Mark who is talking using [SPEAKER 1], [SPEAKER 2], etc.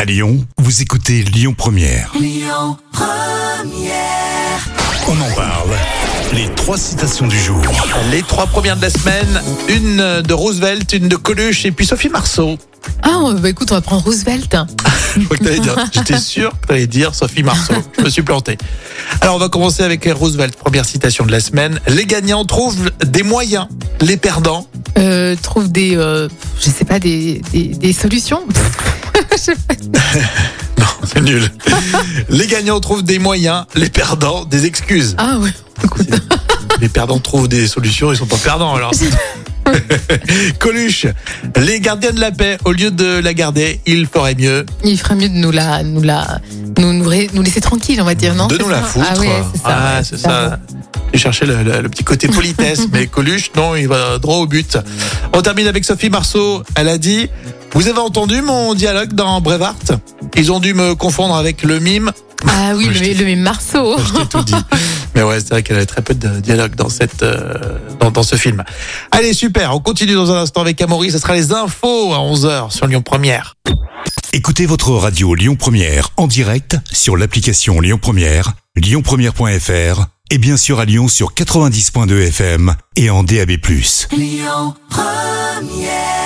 [SPEAKER 1] À Lyon, vous écoutez Lyon Première. On en parle. Les trois citations du jour.
[SPEAKER 2] Les trois premières de la semaine, une de Roosevelt, une de Coluche et puis Sophie Marceau.
[SPEAKER 3] Ah, bah écoute, on va prendre Roosevelt. hein.
[SPEAKER 2] Je crois que t'allais dire- J'étais sûr que t'allais dire Sophie Marceau. Je me suis planté. Alors on va commencer avec Roosevelt, première citation de la semaine. Les gagnants trouvent des moyens, les perdants.
[SPEAKER 3] Euh, trouve des, euh, je sais pas, des, des, des solutions. Je sais pas.
[SPEAKER 2] Non, c'est nul. Les gagnants trouvent des moyens, les perdants des excuses.
[SPEAKER 3] ah ouais, écoute.
[SPEAKER 2] Les perdants trouvent des solutions, ils sont pas perdants alors. Coluche, les gardiens de la paix, au lieu de la garder, il ferait mieux
[SPEAKER 3] Il ferait mieux de nous la, nous la, nous, nous, ré- nous laisser tranquille, on va dire, non
[SPEAKER 2] de
[SPEAKER 3] c'est
[SPEAKER 2] nous la
[SPEAKER 3] ça
[SPEAKER 2] foutre.
[SPEAKER 3] Ah ouais, c'est ça.
[SPEAKER 2] Ah,
[SPEAKER 3] ouais,
[SPEAKER 2] c'est ça. J'ai cherché le, le- le petit côté politesse, mais Coluche, non, il va droit au but. On termine avec Sophie Marceau. Elle a dit Vous avez entendu mon dialogue dans Brevart Ils ont dû me confondre avec le mime.
[SPEAKER 3] Ah oui,
[SPEAKER 2] Je t'ai-
[SPEAKER 3] le, le même Marceau.
[SPEAKER 2] Je t'ai tout dit. Mais ouais, c'est vrai qu'elle avait très peu de dialogue dans, cette, euh, dans, dans ce film. Allez, super. On continue dans un instant avec Amaury. Ce sera les infos à 11h sur Lyon Première.
[SPEAKER 1] Écoutez votre radio Lyon Première en direct sur l'application Lyon Première, lyonpremière.fr et bien sûr à Lyon sur 90.2 FM et en DAB+.
[SPEAKER 4] Lyon Première